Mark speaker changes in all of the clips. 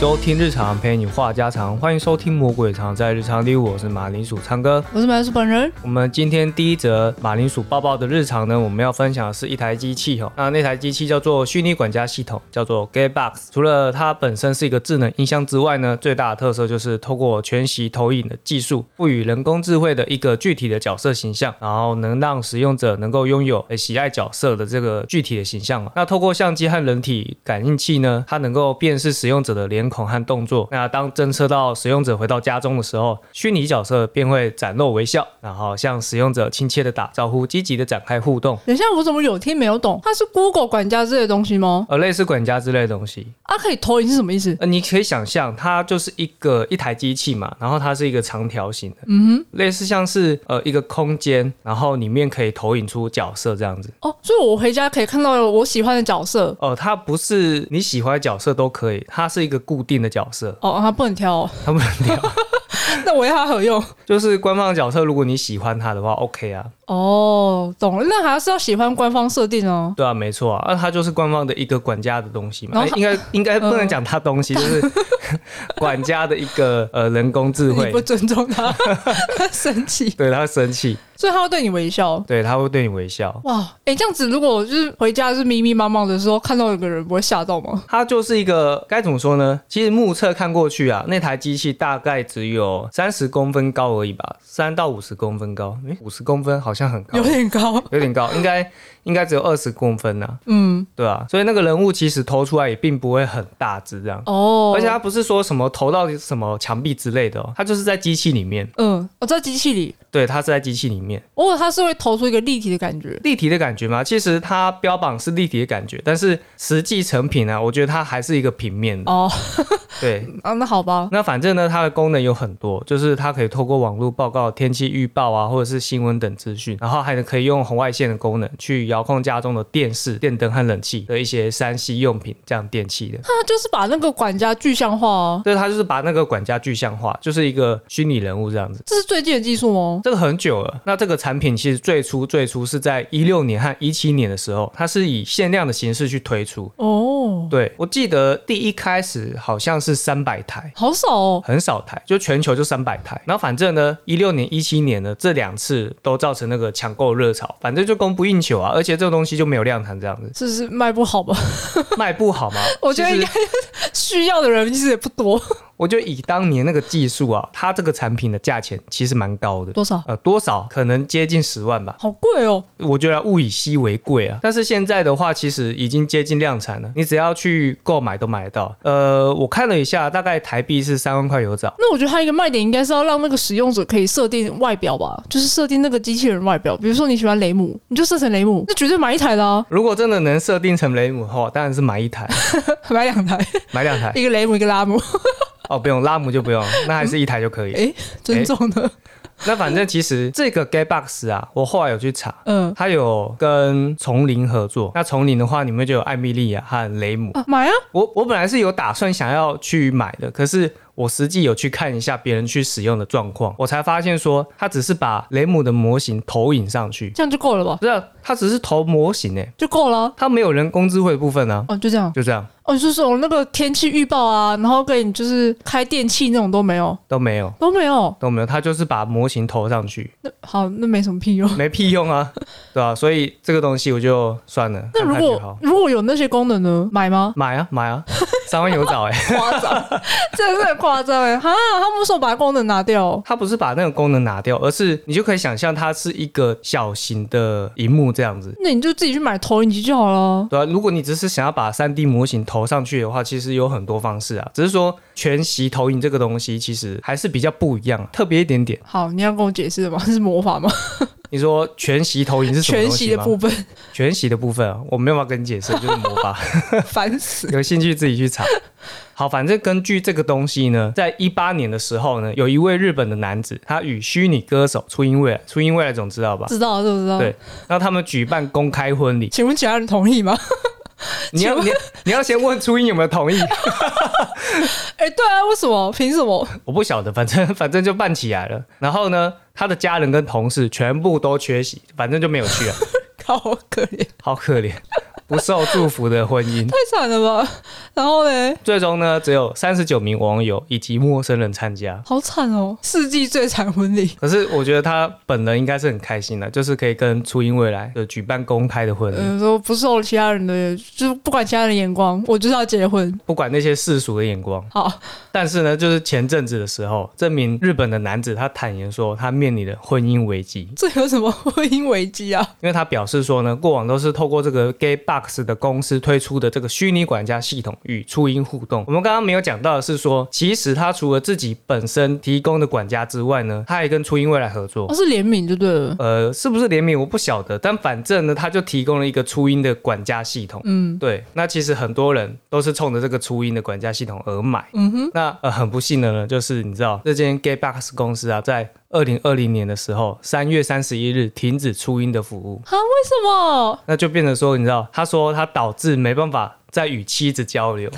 Speaker 1: 周听日常，陪你话家常，欢迎收听《魔鬼藏在日常里》，我是马铃薯唱歌。
Speaker 2: 我是马术本人。
Speaker 1: 我们今天第一则马铃薯抱抱的日常呢，我们要分享的是一台机器哦。那那台机器叫做虚拟管家系统，叫做 Gearbox。除了它本身是一个智能音箱之外呢，最大的特色就是透过全息投影的技术，赋予人工智慧的一个具体的角色形象，然后能让使用者能够拥有诶喜爱角色的这个具体的形象哦。那透过相机和人体感应器呢，它能够辨识使用者的脸孔和动作。那当侦测到使用者回到家中的时候，虚拟角色便会展露微笑，然后向使用者亲切的打招呼，积极的展开互动。
Speaker 2: 等一下，我怎么有听没有懂？它是 Google 管家之类的东西吗？
Speaker 1: 而呃类似管家之类的东西，
Speaker 2: 啊，可以投影是什么意思？
Speaker 1: 呃，你可以想象，它就是一个一台机器嘛，然后它是一个长条形的，嗯哼，类似像是呃一个空间，然后里面可以投影出角色这样子。
Speaker 2: 哦，所以我回家可以看到我喜欢的角色。
Speaker 1: 哦、它不是你喜欢的角色都可以，它是一个固定的角色，
Speaker 2: 哦，它不能挑、哦，
Speaker 1: 他们
Speaker 2: 那我要它何用？
Speaker 1: 就是官方角色，如果你喜欢它的话，OK 啊，
Speaker 2: 哦，懂了，那还是要喜欢官方设定哦。
Speaker 1: 对啊，没错啊，那它就是官方的一个管家的东西嘛，
Speaker 2: 然后嗯
Speaker 1: 哎应该应该不能讲它东西，就是 管家的一个呃人工智
Speaker 2: 你
Speaker 1: 慧
Speaker 2: 不，尊重 他，他生气，
Speaker 1: 对，它会生气，
Speaker 2: 所以他会对你微笑。
Speaker 1: 对，它会对你微笑。
Speaker 2: 哇，哎、这样子如果就是回家是迷迷茫茫的时候，看到有个人不会吓到吗？
Speaker 1: 它就是一个该怎么说呢？其实目测看过去啊，那台机器大概只有三十公分高而已吧，三到五十公分高。诶，五十公分好像很高
Speaker 2: 有，点高，
Speaker 1: 有点高，应该应该只有二十公分啊，
Speaker 2: 嗯，
Speaker 1: 对啊，所以那个人物其实投出来也并不会很大只这样。
Speaker 2: 哦，
Speaker 1: 而且它不是说什么投到什么墙壁之类的、哦，它就是在机器里面。
Speaker 2: 嗯，我、哦、在机器里，
Speaker 1: 对，它是在机器里面
Speaker 2: 哦，它是会投出一个立体的感觉。
Speaker 1: 立体的感觉嘛。其实它标榜是立体的感觉，但是实际成品呢、啊我觉得它还是一个平面的。
Speaker 2: 哦，
Speaker 1: 对，
Speaker 2: 啊，那好吧，
Speaker 1: 那反正呢，它的功能有很多，就是它可以透过网络报告天气预报啊，或者是新闻等资讯，然后还能可以用红外线的功能去遥控家中的电视、电灯和冷气的一些三 C 用品，这样电器的。
Speaker 2: 他就是把那个管家具象化哦、
Speaker 1: 对，它就是把那个管家具象化，就是一个虚拟人物这样子。
Speaker 2: 这是最近的技术吗？
Speaker 1: 这个很久了，那这个产品其实最初最初是在一六年和一七年的时候，它是以限量的形式去推出。
Speaker 2: 哦，
Speaker 1: 对我记得第一开始好像是三百台，
Speaker 2: 好少哦。
Speaker 1: 很少台，就全球就三百台。然后反正呢，一六年、一七年呢，这两次都造成那个抢购热潮，反正就供不应求啊。而且这个东西就没有量产，这样子
Speaker 2: 是不是卖不好吧？
Speaker 1: 卖不好嘛。
Speaker 2: 我觉得
Speaker 1: 其
Speaker 2: 应
Speaker 1: 实
Speaker 2: 该需要的人其实也不多，
Speaker 1: 我觉得以当年那个技术啊，它这个产品的价钱其实蛮高的。
Speaker 2: 多少？
Speaker 1: 呃，多少可能接近十万吧，
Speaker 2: 好贵哦！
Speaker 1: 我觉得物以稀为贵啊。但是现在的话，其实已经接近量产了，你只要去购买都买得到。呃，我看了一下，大概台币是三万块有找。
Speaker 2: 那我觉得它一个卖点应该是要让那个使用者可以设定外表吧，就是设定那个机器人外表。比如说你喜欢雷姆，你就设成雷姆，那绝对买一台的啊，
Speaker 1: 如果真的能设定成雷姆的话，当然是买一台，啊
Speaker 2: 买两台，
Speaker 1: 买两台。
Speaker 2: 一个雷姆，一个拉姆，
Speaker 1: 哦，不用拉姆就不用，那还是一台就可以。
Speaker 2: 哎尊重的，
Speaker 1: 那反正其实这个 Gatebox 啊，我后来有去查，
Speaker 2: 嗯
Speaker 1: 它有跟丛林合作。那丛林的话，里面就有艾米莉亚和雷姆。
Speaker 2: 啊，买啊，
Speaker 1: 我我本来是有打算想要去买的，可是我实际有去看一下别人去使用的状况，我才发现说，它只是把雷姆的模型投影上去，
Speaker 2: 这样就够了吧？
Speaker 1: 不是啊，它只是投模型诶，
Speaker 2: 就够了啊、
Speaker 1: 它没有人工智慧的部分啊，
Speaker 2: 哦，就这样。
Speaker 1: 就这样
Speaker 2: 哦，就是有那个天气预报啊，然后跟你就是开电器那种都没有，
Speaker 1: 都没有
Speaker 2: 都没有。
Speaker 1: 都没有，它就是把模型投上去。
Speaker 2: 那好，那没什么屁用。
Speaker 1: 没屁用啊，对吧、所以这个东西我就算了，
Speaker 2: 那
Speaker 1: 看
Speaker 2: 如
Speaker 1: 看就好？
Speaker 2: 果。如果有那些功能呢？买吗
Speaker 1: 买啊买啊，三万有找哎、
Speaker 2: 夸张， 真的是很夸张哎！哈，他们为什么把功能拿掉哦？
Speaker 1: 它不是把那个功能拿掉，而是你就可以想象它是一个小型的荧幕这样子，
Speaker 2: 那你就自己去买投影机就好了。
Speaker 1: 对啊，如果你只是想要把3 D 模型投上去的话，其实有很多方式啊，只是说全息投影这个东西其实还是比较不一样，特别一点点。
Speaker 2: 好，你要跟我解释的吗？是魔法吗？
Speaker 1: 你说全息投影是什么
Speaker 2: 全
Speaker 1: 东
Speaker 2: 息
Speaker 1: 西
Speaker 2: 的
Speaker 1: 吗？
Speaker 2: 部分，
Speaker 1: 全息的部分啊，我没有办法跟你解释，就是魔法。
Speaker 2: 烦 死！
Speaker 1: 有兴趣自己去查。好，反正根据这个东西呢，在一八年的时候呢，有一位日本的男子，他与虚拟歌手初音未来，初音未来总知道吧？
Speaker 2: 知道了，知不知道？
Speaker 1: 对那他们举办公开婚礼，
Speaker 2: 请问其他人同意吗？
Speaker 1: 你要你你要先问初音有没有同意，
Speaker 2: 哎、对啊，为什么？凭什么？
Speaker 1: 我不晓得，反正反正就办起来了。然后呢，他的家人跟同事全部都缺席，反正就没有去啊，
Speaker 2: 靠，好可怜。
Speaker 1: 好可怜。不受祝福的婚姻。
Speaker 2: 太惨了吧？然后嘞，
Speaker 1: 最终呢，只有三十九名网友以及陌生人参加。
Speaker 2: 好惨哦，世纪最惨婚礼。
Speaker 1: 可是我觉得他本人应该是很开心的，就是可以跟初音未来的举办公开的婚礼，
Speaker 2: 嗯，说不受其他人的，就是不管其他人的眼光，我就是要结婚。
Speaker 1: 不管那些世俗的眼光。
Speaker 2: 好，
Speaker 1: 但是呢，就是前阵子的时候，这名日本的男子他坦言说，他面临了婚姻危机，
Speaker 2: 这有什么 婚姻危机啊？
Speaker 1: 因为他表示说呢，过往都是透过这个 Gay Box 的公司推出的这个虚拟管家系统与初音互动。我们刚刚没有讲到的是说，其实他除了自己本身提供的管家之外呢，他还跟初音未来合作
Speaker 2: 哦，。是联名就对了。
Speaker 1: 呃，是不是联名我不晓得，但反正呢，他就提供了一个初音的管家系统。
Speaker 2: 嗯，
Speaker 1: 对，那其实很多人都是冲着这个初音的管家系统而买。嗯哼，那呃很不幸的呢，就是你知道这间 Gay Box 公司啊，在二零二零年的时候，三月三十一日停止初音的服务。
Speaker 2: 啊，为什么？
Speaker 1: 那就变成说，你知道，他说他导致没办法再与妻子交流，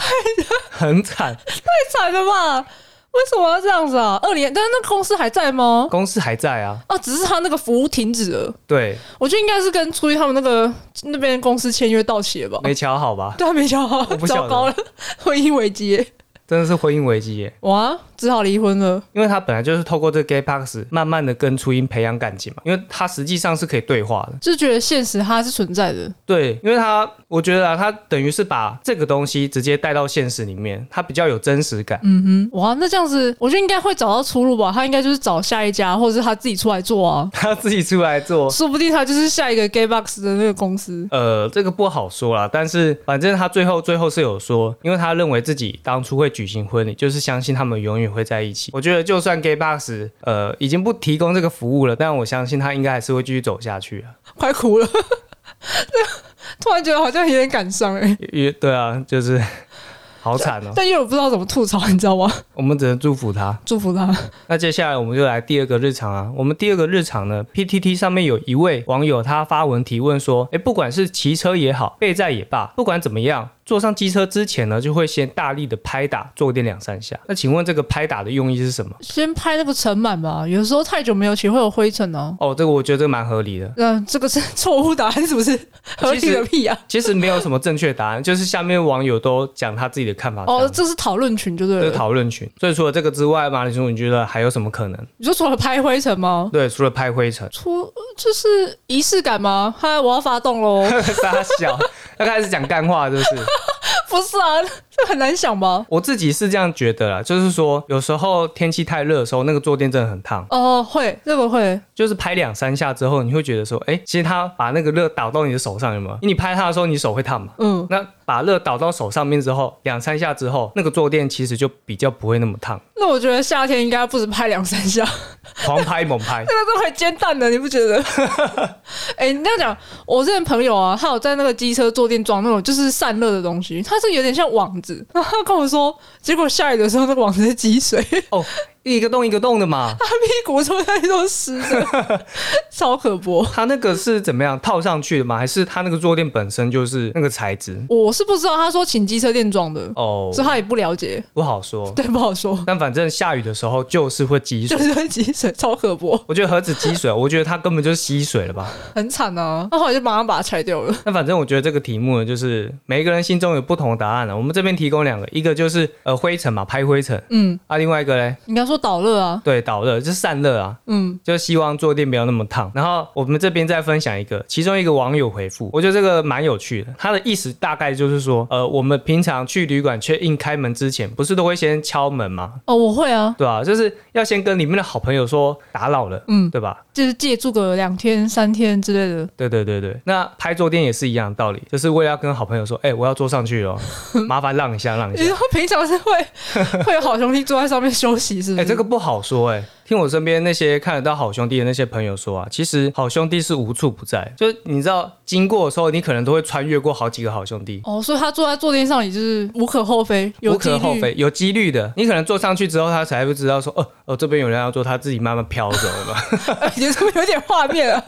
Speaker 1: 很惨。
Speaker 2: 太惨了吧？为什么要这样子啊？二年，但是那公司还在吗？
Speaker 1: 公司还在啊，
Speaker 2: 啊，只是他那个服务停止了。
Speaker 1: 对，
Speaker 2: 我觉得应该是跟出于他们那个那边公司签约到期了吧？
Speaker 1: 没瞧好吧？
Speaker 2: 对啊，没想好
Speaker 1: 我，不晓得
Speaker 2: 糟糕了，婚姻危机耶，
Speaker 1: 真的是婚姻危机耶，
Speaker 2: 哇，只好离婚了。
Speaker 1: 因为他本来就是透过这个 gay box 慢慢的跟初音培养感情嘛，因为他实际上是可以对话的。
Speaker 2: 就觉得现实它是存在的，
Speaker 1: 对，因为他我觉得啊，他等于是把这个东西直接带到现实里面，他比较有真实感。
Speaker 2: 嗯，哇，那这样子，我觉得应该会找到出路吧。他应该就是找下一家，或者是他自己出来做啊，
Speaker 1: 他自己出来做，
Speaker 2: 说不定他就是下一个 gay box 的那个公司。
Speaker 1: 呃，这个不好说啦，但是反正他最后最后是有说，因为他认为自己当初会举行婚礼，就是相信他们永远会在一起。我觉得就算 Gay Box 呃已经不提供这个服务了，但我相信他应该还是会继续走下去啊。
Speaker 2: 快哭了， 啊突然觉得好像有点感伤哎、
Speaker 1: 也也对啊，就是 好惨哦、
Speaker 2: 但又有不知道怎么吐槽，你知道吗？
Speaker 1: 我们只能祝福他。
Speaker 2: 祝福他，
Speaker 1: 那接下来我们就来第二个日常啊，我们第二个日常呢，PTT 上面有一位网友他发文提问说，诶，不管是骑车也好，备战也罢，不管怎么样，坐上机车之前呢，就会先大力的拍打坐垫两三下。那请问这个拍打的用意是什么？
Speaker 2: 先拍那个尘螨吧。有时候太久没有骑会有灰尘哦、
Speaker 1: 哦，这个我觉得这个蛮合理的。
Speaker 2: 嗯、这个是 错误答案，是不是？合理个屁啊！
Speaker 1: 其实没有什么正确答案， 就是下面网友都讲他自己的看法。
Speaker 2: 哦，
Speaker 1: 哦，
Speaker 2: 这是讨论群就对
Speaker 1: 这
Speaker 2: 了。
Speaker 1: 是讨论群。所以除了这个之外，马里叔，你觉得还有什么可能？
Speaker 2: 你说除了拍灰尘吗？，
Speaker 1: 对，除了拍灰尘
Speaker 2: 出就是仪式感吗？嗨，我要发动喽！
Speaker 1: 傻小，要开始讲干话，是不是？
Speaker 2: 不是啊，这很难想吧？
Speaker 1: 我自己是这样觉得啦，就是说有时候天气太热的时候，那个坐垫真的很烫，
Speaker 2: 哦，会，这个会，
Speaker 1: 就是拍两三下之后，你会觉得说，哎、其实它把那个热导到你的手上，有没有？因为你拍它的时候，你手会烫嘛。
Speaker 2: 嗯，
Speaker 1: 那把热导到手上面之后，两三下之后，那个坐垫其实就比较不会那么烫，
Speaker 2: 那我觉得夏天应该不止拍两三下，
Speaker 1: 狂拍猛拍
Speaker 2: 这。个都会煎蛋的，你不觉 得？哎、你这样讲，我之前朋友啊，他有在那个机车坐垫装那种就是散热的东西，它是有点像网子，然后他跟我说，结果下雨的时候那个网子是积水， 他
Speaker 1: 哦，一个洞一个洞的嘛。
Speaker 2: 屁股坐在都湿的， 超可播。
Speaker 1: 它那个是怎么样套上去的吗？还是它那个坐垫本身就是那个材质？
Speaker 2: 我是不知道，他说请机车店装的，
Speaker 1: 哦，
Speaker 2: 所以他也不了解，
Speaker 1: 不好说。
Speaker 2: 对，不好说。
Speaker 1: 但反正下雨的时候就是会积
Speaker 2: 就
Speaker 1: 水。
Speaker 2: 是会积水，超可播，
Speaker 1: 我觉得何止积水，我觉得它根本就是吸水了吧。
Speaker 2: 很惨啊！那后来就马上把它拆掉了。
Speaker 1: 那反正我觉得这个题目呢，就是每一个人心中有不同的答案啊了、我们这边提供两个，一个就是呃灰尘嘛，拍灰尘
Speaker 2: 嗯，
Speaker 1: 啊，另外一个嘞，
Speaker 2: 应该说导热啊，
Speaker 1: 对导热就是散热啊，
Speaker 2: 嗯，
Speaker 1: 就希望坐垫不要那么烫。然后我们这边再分享一个，其中一个网友回复，我觉得这个蛮有趣的，他的意思大概就是说，呃，我们平常去旅馆 check in 开门之前，不是都会先敲门吗？
Speaker 2: 哦，我会啊，
Speaker 1: 对啊，就是要先跟里面的好朋友说打扰了，
Speaker 2: 嗯，
Speaker 1: 对吧？
Speaker 2: 就是借住个两天、三天之类的，
Speaker 1: 对对对对，那拍坐垫也是一样的道理，就是为了要跟好朋友说，哎、我要坐上去哦， 麻烦让一下，让一下
Speaker 2: 你。说平常是会 会有好兄弟坐在上面休息，是不
Speaker 1: 哎、
Speaker 2: 是？
Speaker 1: 这个不好说哎、听我身边那些看得到好兄弟的那些朋友说啊，其实好兄弟是无处不在，就是你知道经过的时候，你可能都会穿越过好几个好兄弟，
Speaker 2: 哦，所以他坐在坐垫上也就是无可厚非，有
Speaker 1: 无
Speaker 2: 几
Speaker 1: 可厚
Speaker 2: 率。
Speaker 1: 非，有几率的。你可能坐上去之后，他才会知道说，哦哦，这边有人要坐，他自己慢慢飘走了嘛。
Speaker 2: 哎你这边有点画面啊。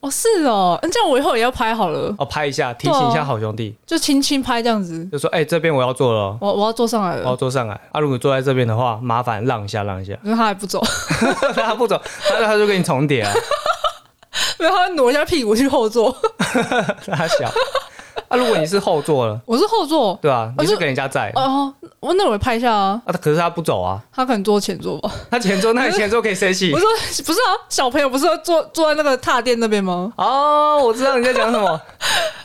Speaker 2: 哦，是哦，嗯这样我以后也要拍好了，
Speaker 1: 哦，拍一下，提醒一
Speaker 2: 对
Speaker 1: 下
Speaker 2: 啊
Speaker 1: 好兄弟，
Speaker 2: 就轻轻拍这样子。
Speaker 1: 就说，哎、这边我要坐了哦，
Speaker 2: 我我要坐上来
Speaker 1: 我
Speaker 2: 了，
Speaker 1: 要坐上来。啊，如果坐在这边的话，麻烦让一下，让一下。
Speaker 2: 可是他还不 走，
Speaker 1: 他不走，他他就跟你 重叠啊，
Speaker 2: 没有，他挪一下屁股去后座。
Speaker 1: 他小。啊，如果你是后座了，
Speaker 2: 我是后座，
Speaker 1: 对啊，
Speaker 2: 哦
Speaker 1: 你是
Speaker 2: 就
Speaker 1: 跟人家载
Speaker 2: 哦，我那我也拍一下啊，
Speaker 1: 啊，可是他不走啊，
Speaker 2: 他可能坐前座吧。
Speaker 1: 他前座，那你前座可以生气
Speaker 2: 我。说不是啊，小朋友不是要坐坐在那个踏垫那边吗？
Speaker 1: 哦，我知道你在讲什么。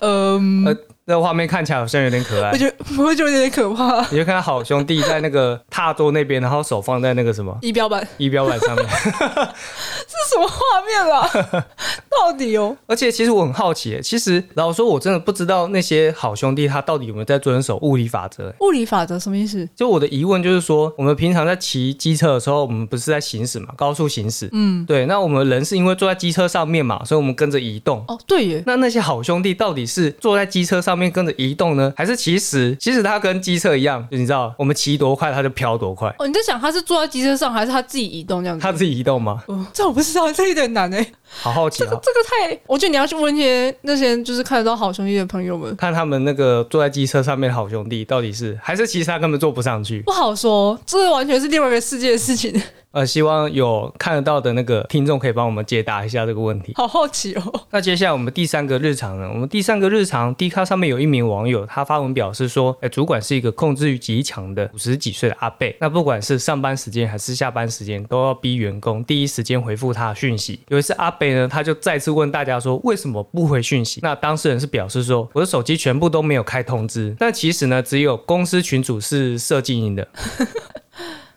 Speaker 2: 嗯，
Speaker 1: 呃，那画面看起来好像有点可爱
Speaker 2: 我。觉得我会觉得有点可怕。
Speaker 1: 你就看他好兄弟在那个踏座那边，然后手放在那个 什么
Speaker 2: 仪表板
Speaker 1: 仪表板上面。
Speaker 2: 这是什么画面啊？ 到底哦，
Speaker 1: 而且其实我很好奇耶，其实老实说，我真的不知道那些好兄弟他到底有没有在遵守物理法则耶。
Speaker 2: 物理法则什么意思？
Speaker 1: 就我的疑问就是说，我们平常在骑机车的时候，我们不是在行驶嘛，高速行驶，
Speaker 2: 嗯，
Speaker 1: 对。那我们人是因为坐在机车上面嘛，所以我们跟着移动。
Speaker 2: 哦，对耶，
Speaker 1: 那那些好兄弟到底是坐在机车上面跟着移动呢，还是其实其实他跟机车一样，就你知道我们骑多快他就飘多快，
Speaker 2: 哦，你在想他是坐在机车上，还是他自己移动这样子？
Speaker 1: 他自己移动吗？
Speaker 2: 哦，这我不知道，这有点难哎。
Speaker 1: 好好奇
Speaker 2: 这
Speaker 1: 啊、
Speaker 2: 个这个太，我觉得你要去问一些那些就是看得到好兄弟的朋友们，
Speaker 1: 看他们那个坐在机车上面的好兄弟到底是，还是其实他根本坐不上去。
Speaker 2: 不好说，这完全是另外一个世界的事情，
Speaker 1: 呃，希望有看得到的那个听众可以帮我们解答一下这个问题。
Speaker 2: 好好奇哦。
Speaker 1: 那接下来我们第三个日常呢？我们第三个日常，D 咖上面有一名网友，他发文表示说，哎、主管是一个控制欲极强的五十几岁的阿贝，那不管是上班时间还是下班时间，都要逼员工第一时间回复他的讯息。有一次阿贝呢，他就再次问大家说，为什么不回讯息？那当事人是表示说，我的手机全部都没有开通知，但其实呢，只有公司群组是设静音的。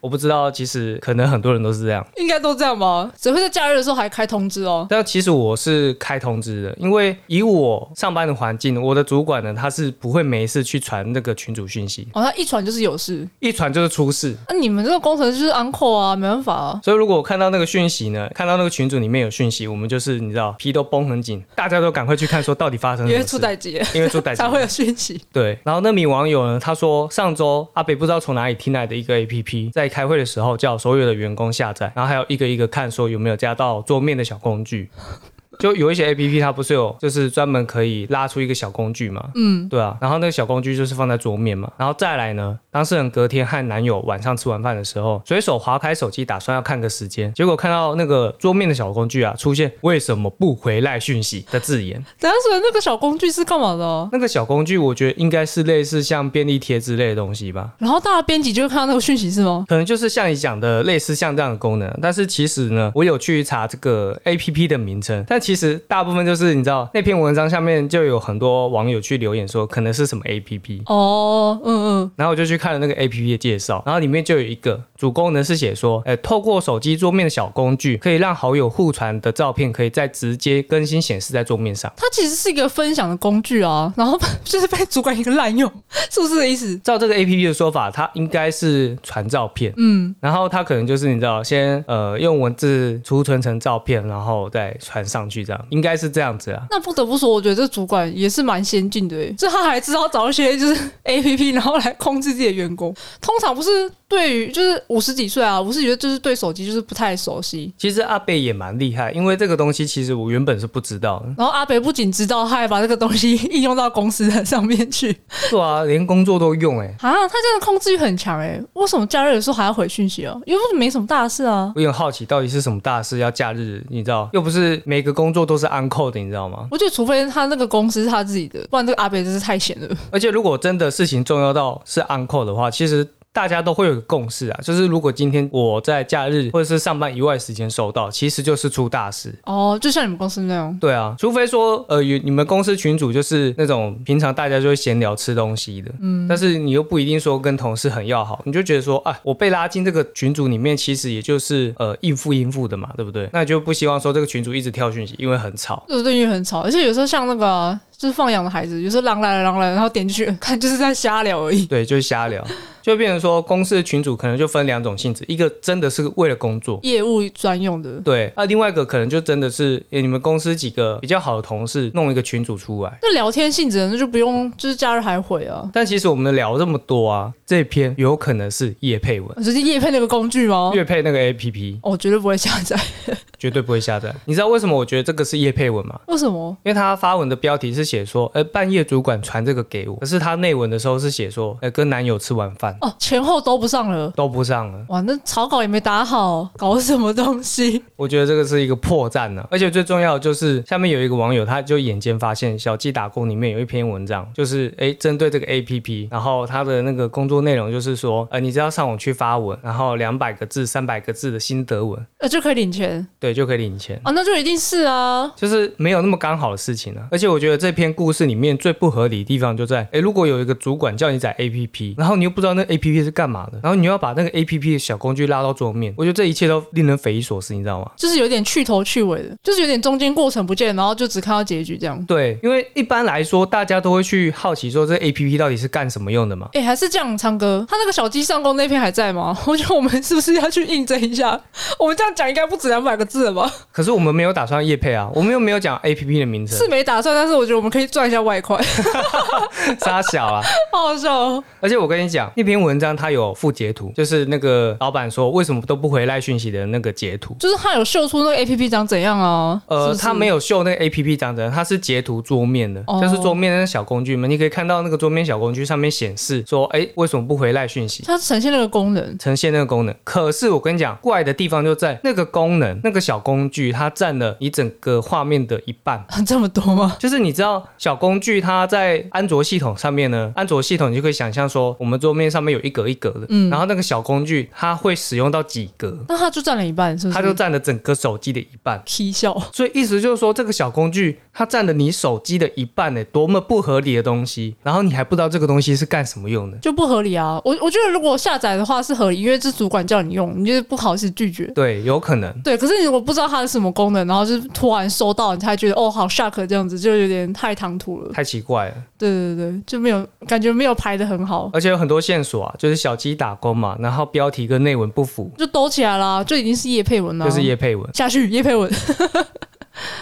Speaker 1: 我不知道，其实可能很多人都是这样。
Speaker 2: 应该都这样吧？只会在假日的时候还开通知哦。
Speaker 1: 但其实我是开通知的，因为以我上班的环境，我的主管呢，他是不会没事去传那个群主讯息，
Speaker 2: 哦，他一传就是有事。
Speaker 1: 一传就是出事。
Speaker 2: 那、你们这个工程师就是 uncle 啊，没办法啊。
Speaker 1: 所以如果我看到那个讯息呢，看到那个群组里面有讯息，我们就是你知道皮都绷很紧，大家都赶快去看说到底发生了
Speaker 2: 因
Speaker 1: 什
Speaker 2: 为
Speaker 1: 么
Speaker 2: 出
Speaker 1: 事。
Speaker 2: 代机
Speaker 1: 因为出歹
Speaker 2: 才会有讯息，
Speaker 1: 对，然后那名网友呢，他说上周阿北不知道从哪里听来的一个 A P P，在开会的时候叫所有的员工下载，然后还有一个一个看说有没有加到桌面的小工具。 就有一些 A P P 它不是有就是专门可以拉出一个小工具嘛，嗯，对啊，然后那个小工具就是放在桌面嘛，然后再来呢，当事人隔天和男友晚上吃完饭的时候，随手划开手机打算要看个时间，结果看到那个桌面的小工具啊出现为什么不回来讯息的字眼。
Speaker 2: 等下说那个小工具是干嘛的啊、
Speaker 1: 那个小工具，我觉得应该是类似像便利贴之类的东西吧，
Speaker 2: 然后大家编辑就会看到那个讯息是吗？
Speaker 1: 可能就是像你讲的类似像这样的功能。但是其实呢，我有去查这个 A P P 的名称，但其实大部分就是你知道那篇文章下面就有很多网友去留言说可能是什么 A P P。
Speaker 2: 哦，嗯嗯，
Speaker 1: 然后我就去看了那个 A P P 的介绍，然后里面就有一个主功能是写说，哎，透过手机桌面的小工具，可以让好友互传的照片可以再直接更新显示在桌面上。
Speaker 2: 它其实是一个分享的工具啊，然后 就是被主管一个滥用，是不是的意思？
Speaker 1: 照这个 A P P 的说法，它应该是传照片，
Speaker 2: 嗯，
Speaker 1: 然后他可能就是你知道，先呃用文字储存成照片，然后再传上去，这样应该是这样子啊。
Speaker 2: 那不得不说，我觉得这主管也是蛮先进的耶，就他还知道找一些就是 A P P，然后来控制自己的员工。通常不是对于就是五十几岁啊，五十几岁就是对手机就是不太熟悉。，
Speaker 1: 其实阿贝也蛮厉害，因为这个东西其实我原本是不知道的
Speaker 2: 然后阿北不仅知道，他还把这个东西应用到公司的上面去
Speaker 1: 对啊，连工作都用哎、
Speaker 2: 啊！他真的控制欲很强哎、为什么假日的时候还要回讯息啊？因为没什么大事啊。
Speaker 1: 我有点好奇，到底是什么大事要假日？你知道，又不是每个工作都是 uncle 的，你知道吗？
Speaker 2: 我觉得除非他那个公司是他自己的，不然这个阿北真是太闲了。
Speaker 1: 而且如果真的事情重要到是 uncle 的话，其实大家都会有个共识啊，就是如果今天我在假日或者是上班以外时间收到，其实就是出大事。
Speaker 2: 哦，就像你们公司那样，
Speaker 1: 对啊，除非说呃，有你们公司群主就是那种平常大家就会闲聊吃东西的，嗯，但是你又不一定说跟同事很要好，你就觉得说啊，我被拉进这个群组里面，其实也就是呃应付应付的嘛，对不对？那你就不希望说这个群主一直跳讯息，因为很吵。
Speaker 2: 就是对音乐很吵，而且有时候像那个啊就是放羊的孩子，有时候狼来了狼来了，然后点进去 看就是在瞎聊而已。
Speaker 1: 对，就是瞎聊，就变成说公司的群主可能就分两种性质，一个真的是为了工作，
Speaker 2: 业务专用的，
Speaker 1: 对，那、另外一个可能就真的是、诶你们公司几个比较好的同事弄一个群主出来。
Speaker 2: 那聊天性质的那就不用，就是假日还回啊，
Speaker 1: 但其实我们聊这么多啊，这篇有可能是叶佩文。
Speaker 2: 呃就是叶配那个工具吗？哦
Speaker 1: 乐配那个 A P P
Speaker 2: 我、绝对不会下载，
Speaker 1: 绝对不会下载。你知道为什么我觉得这个是叶配文吗？
Speaker 2: 为什么？
Speaker 1: 因为他发文的标题是写说，呃，半夜主管传这个给我，可是他内文的时候是写说，呃，跟男友吃完饭，站
Speaker 2: 哦，前后都不上了。
Speaker 1: 都不上了。
Speaker 2: 哇，那草稿也没打好，搞什么东西？
Speaker 1: 我觉得这个是一个破绽呢、而且最重要的就是，下面有一个网友他就眼尖发现，小鸡打工里面有一篇文章，就是诶针对这个 A P P，然后他的那个工作内容就是说，呃，你只要上网去发文，然后两百个字、三百个字的心得文，
Speaker 2: 呃，就可以领钱
Speaker 1: 对，就可以领钱。
Speaker 2: 啊？那就一定是啊，
Speaker 1: 就是没有那么刚好的事情了、而且我觉得这篇故事里面最不合理的地方就在，诶，如果有一个主管叫你载 APP，然后你又不知道那 APP 是干嘛的，然后你又要把那个 APP 的小工具拉到桌面，我觉得这一切都令人匪夷所思，你知道吗？
Speaker 2: 就是有点去头去尾的，就是有点中间过程不见，然后就只看到结局这样。
Speaker 1: 对，因为一般来说，大家都会去好奇说这 A P P 到底是干什么用的嘛？
Speaker 2: 哎、还是这样，昌哥，他那个小鸡上工那篇还在吗？ 我觉得我们是不是要去印证一下？我们这样讲应该不止两百个字了吧？
Speaker 1: 可是我们没有打算夜配啊，我们又没有讲 A P P 的名
Speaker 2: 是
Speaker 1: 称，
Speaker 2: 没打算，但是我觉得我们可以赚一下外快，
Speaker 1: 傻小啊！
Speaker 2: 好好笑哦。
Speaker 1: 而且我跟你讲，那篇文章它有附截图，就是那个老板说为什么都不回赖讯息的那个截图。
Speaker 2: 就是他有秀出那个 A P P 长怎样啊？
Speaker 1: 呃，
Speaker 2: 是不是
Speaker 1: 他没有秀那个 A P P 长怎样，它是截图桌面的，
Speaker 2: 哦
Speaker 1: 就是桌面的那小工具嘛，你可以看到那个桌面小工具上面显示说，哎，为什么不回赖讯息？
Speaker 2: 它呈现那个功能，
Speaker 1: 呈现那个功能。可是我跟你讲，怪的地方就在那个功能，那个小工具它占了你整个画面的一半。
Speaker 2: 这么多吗？
Speaker 1: 就是你知道小工具它在安卓系统上面呢，安卓系统你就可以想象说，我们桌面上面有一格一格的，然后那个小工具它会使用到几格，
Speaker 2: 那他就占了一半，是不是？
Speaker 1: 它就占了整个手机的一半。
Speaker 2: 踢笑，
Speaker 1: 所以意思就是说，这个小工具它占了你手机的一半呢，多么不合理的东西！然后你还不知道这个东西是干什么用的。
Speaker 2: 就不合理啊！我我觉得如果下载的话是合理，因为是主管叫你用，你就是不好意思拒绝。
Speaker 1: 对，有可能。
Speaker 2: 对，可是你如果不知道它是什么功能，然后就是突然收到，你才觉得哦好 shock 这样子，就有点太唐突了。
Speaker 1: 太奇怪了，
Speaker 2: 对对对，就没有感觉没有排的很好，
Speaker 1: 而且有很多线索啊，就是小鸡打工嘛，然后标题跟内文不符，
Speaker 2: 就兜起来啦，就已经是叶佩文啦，
Speaker 1: 就是叶配文。
Speaker 2: 下去叶佩文，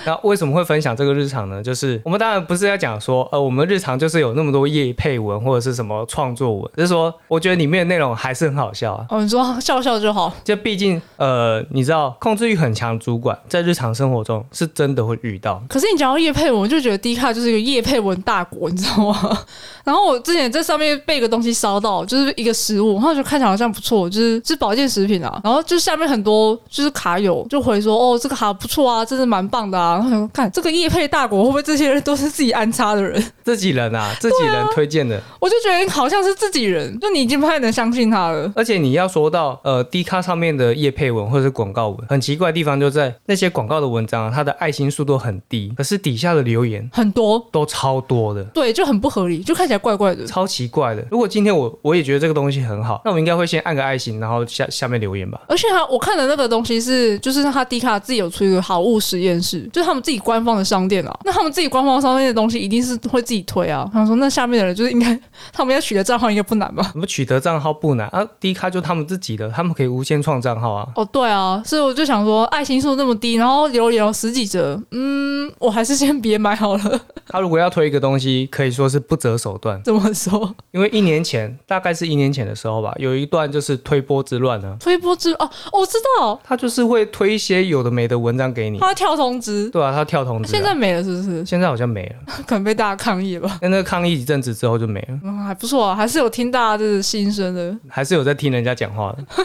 Speaker 1: 那为什么会分享这个日常呢？就是我们当然不是要讲说，呃，我们日常就是有那么多业配文或者是什么创作文，只是说我觉得里面的内容还是很好笑啊。
Speaker 2: 哦你说笑笑就好，
Speaker 1: 就毕竟，呃，你知道控制欲很强，主管在日常生活中是真的会遇到。
Speaker 2: 可是你讲到叶佩文，我就觉得 D 卡就是一个叶佩文大国，你知道吗？ 然后我之前在上面被一个东西烧到，就是一个食物，然后就看起来好像不错，就是是保健食品啊。然后就下面很多就是卡友就回说，哦，这个卡不错啊，真的蛮棒的啊。然后想说看这个叶佩大国会不会这些人都是自己安插的人？
Speaker 1: 自己人啊，自己人推荐的，
Speaker 2: 我就觉得好像是自己人，就你已经不太能相信他了。
Speaker 1: 而且你要说到呃 D 咖上面的业配文或者是广告文，很奇怪的地方就在那些广告的文章啊，它的爱心数都很低，可是底下的留言
Speaker 2: 很多
Speaker 1: 都超多的。
Speaker 2: 对，就很不合理，就看起来怪怪的。
Speaker 1: 超奇怪的。如果今天我我也觉得这个东西很好，那我应该会先按个爱心，然后下下面留言吧。
Speaker 2: 而且他我看的那个东西是，就是他迪卡自己有出一个好物实验室，就是他们自己官方的商店啊。那他们自己官方商店的东西一定是会自己推啊。他说那下面的人就是应该他们要取得账号应该不难吧？
Speaker 1: 什么取得账号不难啊，D 咖就他们自己的，他们可以无限创账号啊。
Speaker 2: 哦，对啊，所以我就想说，爱心数那么低，然后留言有十几折，嗯，我还是先别买好了。
Speaker 1: 他如果要推一个东西，可以说是不择手段。
Speaker 2: 怎么说？
Speaker 1: 因为一年前，大概是一年前的时候吧，有一段就是推波之乱呢、
Speaker 2: 推波之哦，哦我知道，
Speaker 1: 他就是会推一些有的没的文章给你。
Speaker 2: 他要跳通知，
Speaker 1: 对啊，他跳通知、啊。
Speaker 2: 现在没了是不是？
Speaker 1: 现在好像没了，
Speaker 2: 可能被大家抗议了吧？
Speaker 1: 但那个抗议一阵子之后就没了，
Speaker 2: 嗯，还不错啊，还是有听大家的心声的。
Speaker 1: 还是有在听人家讲话的。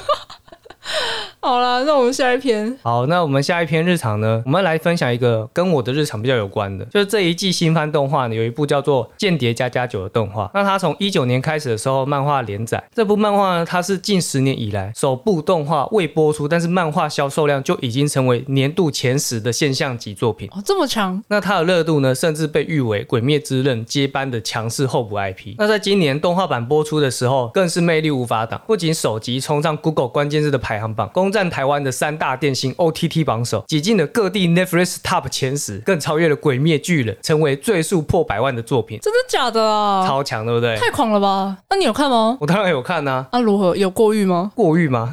Speaker 2: 好啦，那我们下一篇。
Speaker 1: 好，那我们下一篇日常呢，我们来分享一个跟我的日常比较有关的，就是这一季新番动画呢，有一部叫做《间谍加加九》的动画。那它从一九年开始的时候，漫画连载。这部漫画呢，它是近十年以来首部动画未播出，但是漫画销售量就已经成为年度前十的现象级作品。
Speaker 2: 哦，这么强，
Speaker 1: 那它的热度呢，甚至被誉为《鬼灭之刃》接班的强势候补 IP。那在今年动画版播出的时候，更是魅力无法挡，不仅首集冲上 Google 关键字的排行榜，攻占台湾的三大电信 OTT 榜首，挤进了各地 Netflix Top 前十，更超越了《鬼灭巨人》，成为最速破百万的作品，
Speaker 2: 真的假的啊？
Speaker 1: 超哎强，对不对？
Speaker 2: 太狂了吧？那你有看吗？
Speaker 1: 我当然有看呐、啊，
Speaker 2: 啊，如何有过誉吗？
Speaker 1: 过誉吗？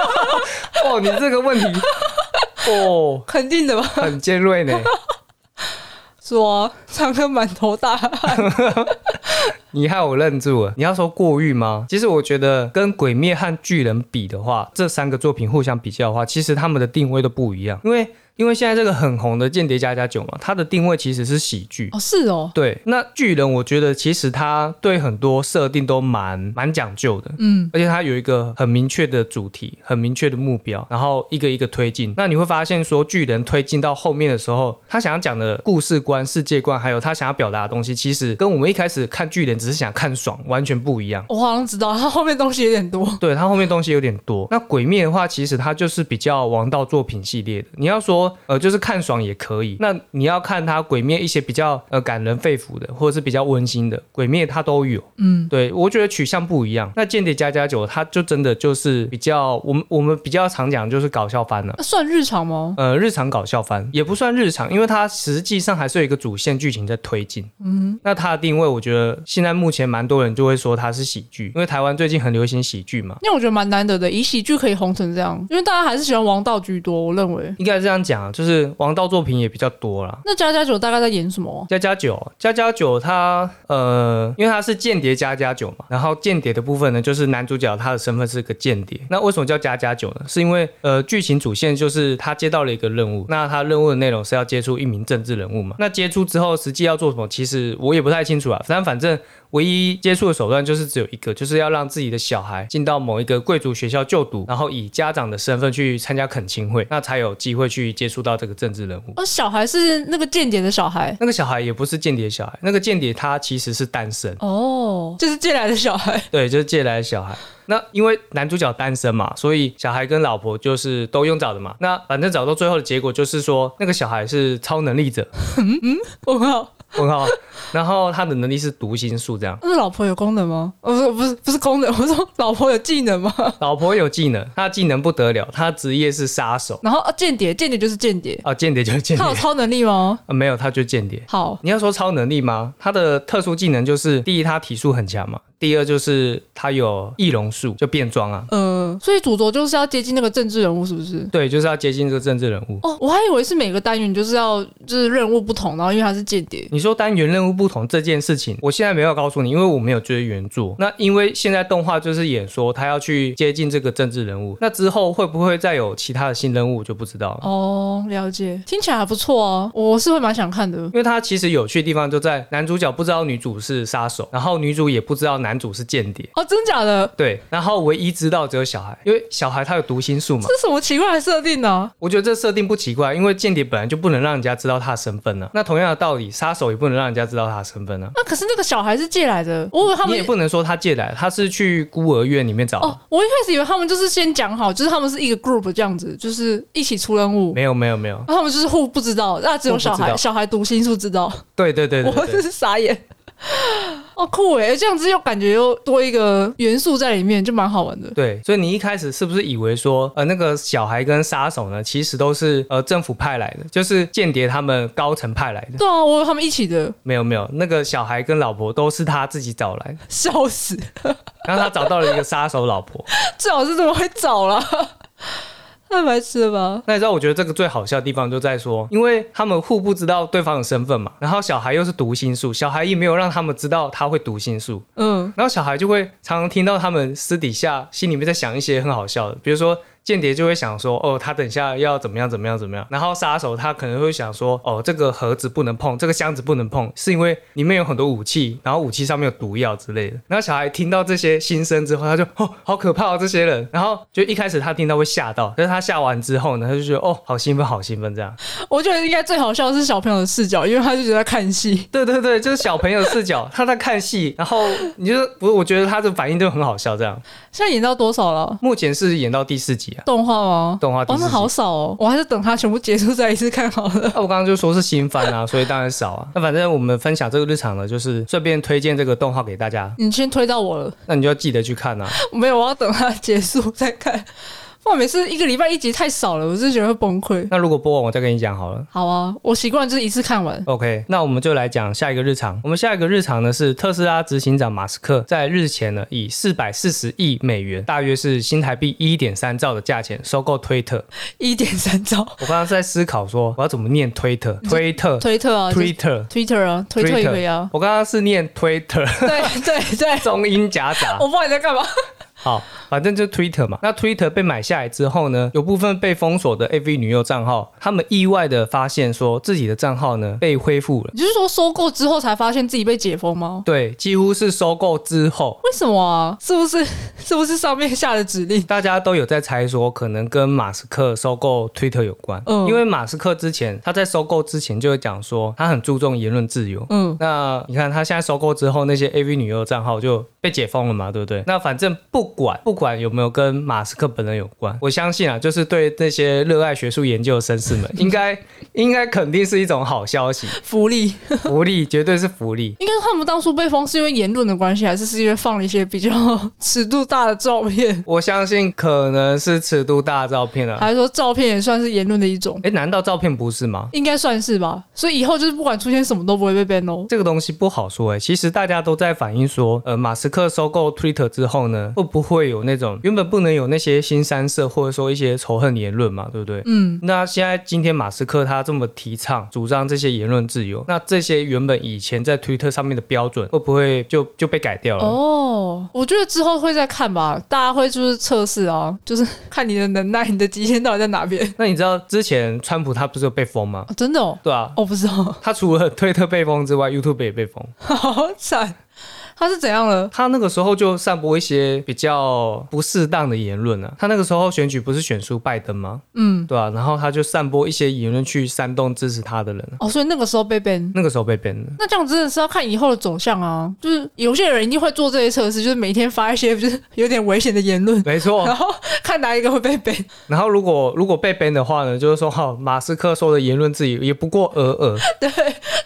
Speaker 1: 哦，你这个问题，哦，
Speaker 2: 肯定的吧？
Speaker 1: 很尖锐呢。
Speaker 2: 说、啊、唱歌满头大汗，
Speaker 1: 你害我愣住了。啊你要说过誉吗？其实我觉得跟《鬼灭》和《巨人》比的话，这三个作品互相比较的话，其实他们的定位都不一样。因为《因为现在这个很红的《间谍加加九》嘛，它的定位其实是喜剧。
Speaker 2: 哦，是哦，
Speaker 1: 对，那巨人我觉得其实他对很多设定都蛮蛮讲究的，
Speaker 2: 嗯，
Speaker 1: 而且它有一个很明确的主题、很明确的目标，然后一个一个推进。那你会发现说，巨人推进到后面的时候，他想要讲的故事观、世界观，还有他想要表达的东西，其实跟我们一开始看巨人只是想看爽，完全不一样。
Speaker 2: 我好像知道它后面东西有点多。
Speaker 1: 对，它后面东西有点多。那鬼灭的话，其实它就是比较王道作品系列的。你要说呃，就是看爽也可以。那你要看它鬼灭一些比较呃感人肺腑的，或者是比较温馨的，鬼灭它都有。
Speaker 2: 嗯，
Speaker 1: 对我觉得取向不一样。那间谍加加九，它就真的就是比较我们我们比较常讲就是搞笑番了。
Speaker 2: 那算日常吗？
Speaker 1: 呃，日常搞笑番也不算日常，因为它实际上还是有一个主线剧情在推进。嗯，那它的定位，我觉得现在目前蛮多人就会说它是喜剧，因为台湾最近很流行喜剧嘛。
Speaker 2: 因为我觉得蛮难得的，以喜剧可以红成这样，因为大家还是喜欢王道居多，我认为。
Speaker 1: 应该这样讲，啊就是王道作品也比较多啦。
Speaker 2: 那家家酒大概在演什么啊？
Speaker 1: 加加九，加加九，它呃，因为它是间谍加加九嘛，然后间谍的部分呢，就是男主角他的身份是个间谍。那为什么叫加加九呢？是因为呃，剧情主线就是他接到了一个任务，那他任务的内容是要接触一名政治人物嘛。那接触之后，实际要做什么，其实我也不太清楚啊。但反正唯一接触的手段就是只有一个，就是要让自己的小孩进到某一个贵族学校就读，然后以家长的身份去参加恳亲会，那才有机会去接触到这个政治人物。
Speaker 2: 哦，小孩是那个间谍的小孩。
Speaker 1: 那个小孩也不是间谍小孩，那个间谍他其实是单身，
Speaker 2: 哦，就是借来的小孩。
Speaker 1: 对，就是借来的小孩。那因为男主角单身嘛，所以小孩跟老婆就是都用找的嘛。那反正找到最后的结果就是说，那个小孩是超能力者，
Speaker 2: 我靠，
Speaker 1: 问号， 然后他的能力是读心术这样。
Speaker 2: 那老婆有功能吗？我哦说不是，不是功能，我说老婆有技能吗？
Speaker 1: 老婆有技能，他技能不得了，他职业是杀手
Speaker 2: 然后啊，间谍，间谍就是间谍，
Speaker 1: 啊，间谍就是间谍
Speaker 2: 他有、超能力吗？
Speaker 1: 啊，没有他就间谍。
Speaker 2: 好，
Speaker 1: 你要说超能力吗？他的特殊技能就是第一，他体术很强嘛；第二就是他有易容术，就变装啊。
Speaker 2: 呃，所以主轴就是要接近那个政治人物，是不是？
Speaker 1: 对，就是要接近这个政治人物。
Speaker 2: 哦，我还以为是每个单元就是要就是任务不同，然后因为他是间谍，
Speaker 1: 你说单元任务不同这件事情，我现在没有告诉你，因为我没有追原著。那因为现在动画就是演说他要去接近这个政治人物，那之后会不会再有其他的新任务，我就不知道了。
Speaker 2: 哦，了解，听起来还不错哦、我是会蛮想看的。
Speaker 1: 因为它其实有趣的地方就在男主角不知道女主是杀手，然后女主也不知道男主是间谍。
Speaker 2: 哦，真假的？
Speaker 1: 对，然后唯一知道只有小孩，因为小孩他有读心术嘛。
Speaker 2: 这是什么奇怪的设定呢、啊
Speaker 1: 我觉得这设定不奇怪，因为间谍本来就不能让人家知道他的身份呢、啊那同样的道理，杀手也不能让人家知道他的身份呢、啊
Speaker 2: 啊那、可是那个小孩是借来的，我以为他
Speaker 1: 你
Speaker 2: 们
Speaker 1: 也不能说他借来，他是去孤儿院里面找的。
Speaker 2: 哦，我一开始以为他们就是先讲好，就是他们是一个 group 这样子，就是一起出任务。
Speaker 1: 没有没有没有，
Speaker 2: 然后他们就是互不知道，那只有小
Speaker 1: 互不知
Speaker 2: 孩
Speaker 1: 道
Speaker 2: 小孩读心术知道，
Speaker 1: 对对对对
Speaker 2: 我
Speaker 1: 对
Speaker 2: 真是傻眼。 哦，酷诶，这样子又感觉又多一个元素在里面，就蛮好玩的。
Speaker 1: 对，所以你一开始是不是以为说，呃，那个小孩跟杀手呢，其实都是呃政府派来的，就是间谍他们高层派来的？
Speaker 2: 对啊，我以为他们一起的，
Speaker 1: 没有没有，那个小孩跟老婆都是他自己找来的，
Speaker 2: 笑死，
Speaker 1: 然后他找到了一个杀手老婆。
Speaker 2: 最好是怎么会找啦？太白痴了吧！
Speaker 1: 那你知道，我觉得这个最好笑的地方就在说，因为他们互不知道对方的身份嘛，然后小孩又是读心术，小孩也没有让他们知道他会读心术，
Speaker 2: 嗯，
Speaker 1: 然后小孩就会常常听到他们私底下心里面在想一些很好笑的，比如说间谍就会想说，哦，他等一下要怎么样怎么样怎么样，然后杀手他可能会想说，哦，这个盒子不能碰，这个箱子不能碰，是因为里面有很多武器，然后武器上面有毒药之类的。然后小孩听到这些心声之后，他就哦，好可怕哦，这些人。然后就一开始他听到会吓到，但是他吓完之后呢，他就觉得哦，好兴奋，好兴奋这样。
Speaker 2: 我觉得应该最好笑的是小朋友的视角，因为他就觉得在看戏。
Speaker 1: 对对对，就是小朋友视角，他在看戏，然后你就不是，我觉得他的反应就很好笑这样。
Speaker 2: 现在演到多少了？
Speaker 1: 目前是演到第四集啊。
Speaker 2: 动画吗？
Speaker 1: 动画第
Speaker 2: 哦，
Speaker 1: 四
Speaker 2: 那
Speaker 1: 集。
Speaker 2: 好少哦，我还是等它全部结束再一次看好了。
Speaker 1: 那、我刚刚就说是新番啊，所以当然少啊。那反正我们分享这个日常呢，就是顺便推荐这个动画给大家，
Speaker 2: 你先推到我了，
Speaker 1: 那你就要记得去看啊。
Speaker 2: 没有，我要等它结束再看。哇，每次一个礼拜一集太少了，我是觉得会崩溃。
Speaker 1: 那如果播完，我再跟你讲好了。
Speaker 2: 好啊，我习惯就是一次看完。
Speaker 1: OK，那我们就来讲下一个日常。我们下一个日常呢是特斯拉执行长马斯克在日前呢以四百四十亿美元，大约是新台币一点三兆的价钱收购推特。
Speaker 2: 一点三兆，
Speaker 1: 我刚刚在思考说我要怎么念推特，推特，
Speaker 2: 推特啊
Speaker 1: 推特，
Speaker 2: 推特啊，推特也可以啊。
Speaker 1: 我刚刚是念推特，
Speaker 2: 对对对，
Speaker 1: 中英夹杂。
Speaker 2: 我不知道你在干嘛。
Speaker 1: 好，反正就 Twitter 嘛。那 Twitter 被买下来之后呢，有部分被封锁的 AV 女优账号，他们意外的发现说自己的账号呢被恢复了。
Speaker 2: 你就是说收购之后才发现自己被解封吗？
Speaker 1: 对，几乎是收购之后，
Speaker 2: 为什么啊？是不是 是不是上面下的指令？
Speaker 1: 大家都有在猜说，可能跟马斯克收购 Twitter 有关。
Speaker 2: 嗯
Speaker 1: 因为马斯克之前他在收购之前就会讲说，他很注重言论自由。
Speaker 2: 嗯，
Speaker 1: 那你看他现在收购之后，那些 AV 女优账号就被解封了嘛，对不对？那反正不管不管有没有跟马斯克本人有关，我相信啊，就是对那些热爱学术研究的绅士们，应该应该肯定是一种好消息，
Speaker 2: 福利
Speaker 1: 福利绝对是福利。
Speaker 2: 应该是他们当初被封是因为言论的关系，还是是因为放了一些比较 尺度大的照片？
Speaker 1: 我相信可能是尺度大的照片啊，
Speaker 2: 还是说照片也算是言论的一种？
Speaker 1: 诶，难道照片不是吗？
Speaker 2: 应该算是吧。所以以后就是不管出现什么都不会被 ban 哦。
Speaker 1: 这个东西不好说欸诶，其实大家都在反映说，呃，马斯克收购 Twitter 之后呢，会不会有那种原本不能有那些新三色或者说一些仇恨言论嘛，对不对？
Speaker 2: 嗯，
Speaker 1: 那现在今天马斯克他这么提倡主张这些言论自由，那这些原本以前在推特上面的标准会不会就就被改掉了？
Speaker 2: 哦，我觉得之后会再看吧，大家会就是测试啊，就是 看你的能耐，你的极限到底在哪边。
Speaker 1: 那你知道之前川普他不是有被封吗？
Speaker 2: 哦、真的哦，
Speaker 1: 对啊，
Speaker 2: 我、不知道，
Speaker 1: 他除了推特被封之外，YouTube 也被封。
Speaker 2: 好惨，他是怎样了？
Speaker 1: 他那个时候就散播一些比较不适当的言论啊。他那个时候选举不是选输拜登吗？
Speaker 2: 嗯，
Speaker 1: 对啊，然后他就散播一些言论去煽动支持他的人啊。
Speaker 2: 哦，所以那个时候被 ban。
Speaker 1: 那个时候被 ban 了。
Speaker 2: 那这样真的是要看以后的走向啊，就是有些人一定会做这些测试，就是每天发一些 就是有点危险的言论，
Speaker 1: 没错，
Speaker 2: 然 后看哪一个会被 ban。
Speaker 1: 然后如果如果被 ban 的话呢，就是说哈、马斯克说的言论自由也不过尔尔，
Speaker 2: 对，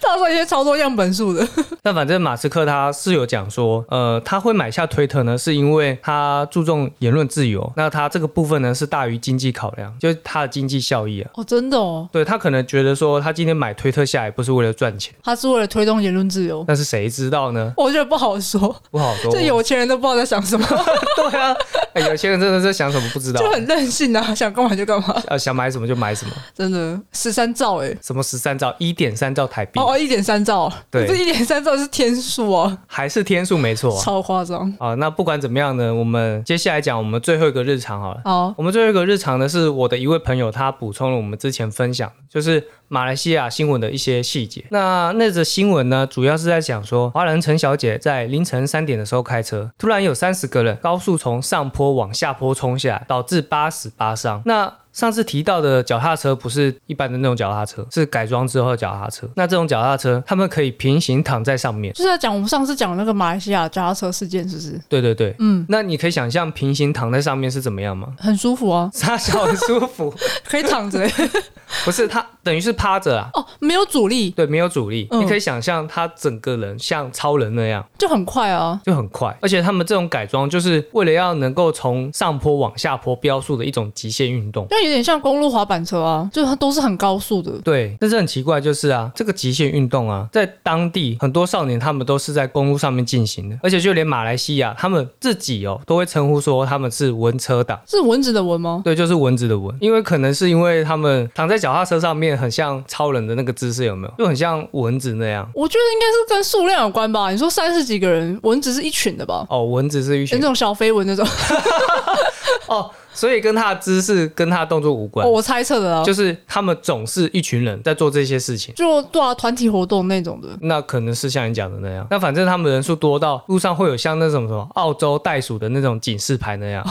Speaker 2: 到时候一些操作样本数的。
Speaker 1: 但反正马斯克他是有讲说，呃，他会买下推特呢，是因为他注重言论自由，那他这个部分呢是大于经济考量，就是他的经济效益啊。
Speaker 2: 哦，真的哦，
Speaker 1: 对他可能觉得说，他今天买推特下来不是为了赚钱，
Speaker 2: 他是为了推动言论自由。哦
Speaker 1: 但是谁知道呢？
Speaker 2: 我觉得不好说，
Speaker 1: 不好说。
Speaker 2: 这有钱人都不知道在想什么，
Speaker 1: 对啊、哎有些人真的是想什么不知道
Speaker 2: 就，很任性啊，想干嘛就干嘛，
Speaker 1: 呃，想买什么就买什么，
Speaker 2: 真的十三兆哎、
Speaker 1: 什么十三兆、一点三兆台币，
Speaker 2: 哦哦，一点三兆，
Speaker 1: 对
Speaker 2: 不是一点三兆是天数啊，
Speaker 1: 还是天数没错啊。
Speaker 2: 超夸张。
Speaker 1: 啊，那不管怎么样呢，我们接下来讲我们最后一个日常好了。
Speaker 2: 好，
Speaker 1: 我们最后一个日常呢，是我的一位朋友他补充了我们之前分享，就是马来西亚新闻的一些细节。那那则新闻呢，主要是在讲说，华人陈小姐在凌晨三点的时候开车，突然有三十个人高速从上坡往下坡冲下来，导致八十八伤。那上次提到的脚踏车不是一般的那种脚踏车，是改装之后的脚踏车。那这种脚踏车，他们可以平行躺在上面。
Speaker 2: 就是在讲我们上次讲那个马来西亚脚踏车事件，是不是？
Speaker 1: 对对对，
Speaker 2: 嗯，
Speaker 1: 那你可以想象平行躺在上面是怎么样吗？
Speaker 2: 很舒服啊，
Speaker 1: 傻小很舒服，
Speaker 2: 可以躺着、欸、
Speaker 1: 不是它等于是趴着啊，
Speaker 2: 哦，没有阻力，
Speaker 1: 对，没有阻力，
Speaker 2: 嗯
Speaker 1: 你可以想象他整个人像超人那样，
Speaker 2: 就很快啊。
Speaker 1: 就很快。而且他们这种改装，就是为了要能够从上坡往下坡飙速的一种极限运动。
Speaker 2: 就有点像公路滑板车啊，就它都是很高速的，
Speaker 1: 对，但是很奇怪，就是啊，这个极限运动啊，在当地很多少年他们都是在公路上面进行的，而且就连马来西亚他们自己哦，都会称呼说他们是文车党。
Speaker 2: 是蚊子的蚊吗？
Speaker 1: 对，就是蚊子的蚊，因为可能是因为他们躺在脚踏车上面，很像超人的那个姿势，有没有？就很像蚊子那样。
Speaker 2: 我觉得应该是跟数量有关吧。你说三十几个人，蚊子是一群的吧？
Speaker 1: 哦，蚊子是一
Speaker 2: 那
Speaker 1: 群
Speaker 2: 种小飞蚊那种，
Speaker 1: 哦，所以跟他的姿势跟他的动作无关，
Speaker 2: 哦我猜测的啊，就
Speaker 1: 就是他们总是一群人在做这些事情。
Speaker 2: 就对啊，团体活动那种的。
Speaker 1: 那可能是像你讲的那样，那反正他们人数多到路上会有像那种什么澳洲袋鼠的那种警示牌那 样，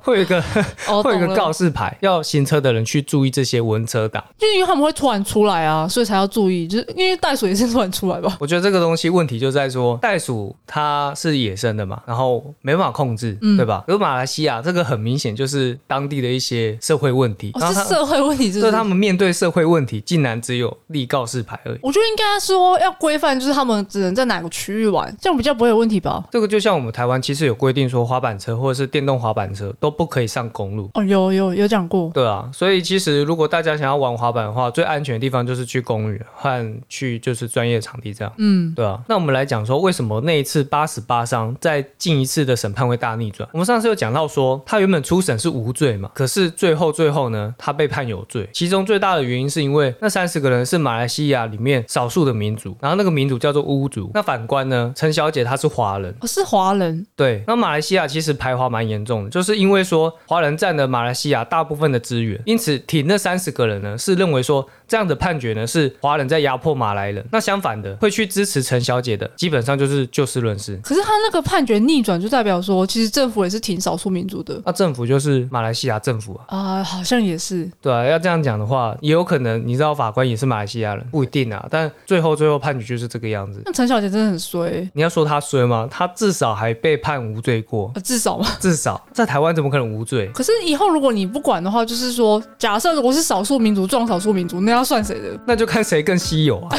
Speaker 1: 会有一个
Speaker 2: 哦，
Speaker 1: 会有一
Speaker 2: 懂
Speaker 1: 个
Speaker 2: 了
Speaker 1: 告示牌，要行车的人去注意这些文车党。
Speaker 2: 就是因为他们会突然出来啊，所以才要注意，就是因为袋鼠也是突然出来吧。
Speaker 1: 我觉得这个东西问题就在说，袋鼠它是野生的嘛，然后没办法控制，
Speaker 2: 嗯
Speaker 1: 对吧？而马来西亚这个很明显就是当地的一些社会问题，然
Speaker 2: 哦，
Speaker 1: 后
Speaker 2: 是
Speaker 1: 它
Speaker 2: 社会问题，是不
Speaker 1: 所以
Speaker 2: 是？
Speaker 1: 他们面对社会问题，竟然只有立告示牌而已。
Speaker 2: 我觉得应该说要规范，就是他们只能在哪个区域玩，这样比较不会有问题吧？
Speaker 1: 这个就像我们台湾其实有规定说，滑板车或者是电动滑板车都都不可以上公路。
Speaker 2: 哦，有有有讲过，
Speaker 1: 对啊，所以其实如果大家想要玩滑板的话，最安全的地方就是去公园和去就是专业场地这样。
Speaker 2: 嗯，
Speaker 1: 对啊，那我们来讲说，为什么那一次八十八伤在近一次的审判会大逆转？我们上次有讲到说，他原本初审是无罪嘛，可是最后最后呢，他被判有罪。其中最大的原因是因为那三十个人是马来西亚里面少数的民族，然后那个民族叫做巫族。那反观呢，陈小姐她是华人，
Speaker 2: 哦，是华人，
Speaker 1: 对，那马来西亚其实排华蛮严重的，就是因为说华人占了马来西亚大部分的资源，因此挺那三十个人呢是认为说这样的判决呢是华人在压迫马来人，那相反的会去支持陈小姐的，基本上就是就事论事。
Speaker 2: 可是他那个判决逆转，就代表说，其实政府也是挺少数民族的
Speaker 1: 那政府就是马来西亚政府啊，
Speaker 2: 啊、好像也是，
Speaker 1: 对啊，要这样讲的话，也有可能你知道法官也是马来西亚人，不一定啊，但最后最后判决就是这个样子。
Speaker 2: 那陈小姐真的很衰、
Speaker 1: 你要说他衰吗？他至少还被判无罪过，
Speaker 2: 呃至少嘛。
Speaker 1: 至少在台湾怎么可能无罪？
Speaker 2: 可是以后如果你不管的话，就是说，假设如果是少数民族撞少数民族，那要算谁的？
Speaker 1: 那就看谁更稀有啊。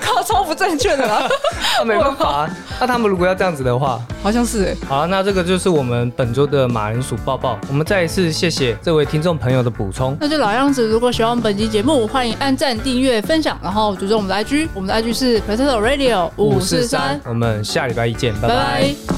Speaker 2: 靠，超不正确的啦，
Speaker 1: 那 没办法、啊，那他们如果要这样子的话，
Speaker 2: 好像是哎、
Speaker 1: 好了，那这个就是我们本周的马铃薯抱抱。我们再一次谢谢这位听众朋友的补充。
Speaker 2: 那就老样子，如果喜欢我们本期节目，欢迎按赞、订阅、分享，然后追踪我们的 IG，我们的 IG 是 Potato Radio 五四三，
Speaker 1: 我们下礼拜一见，拜
Speaker 2: 拜
Speaker 1: 拜
Speaker 2: 拜。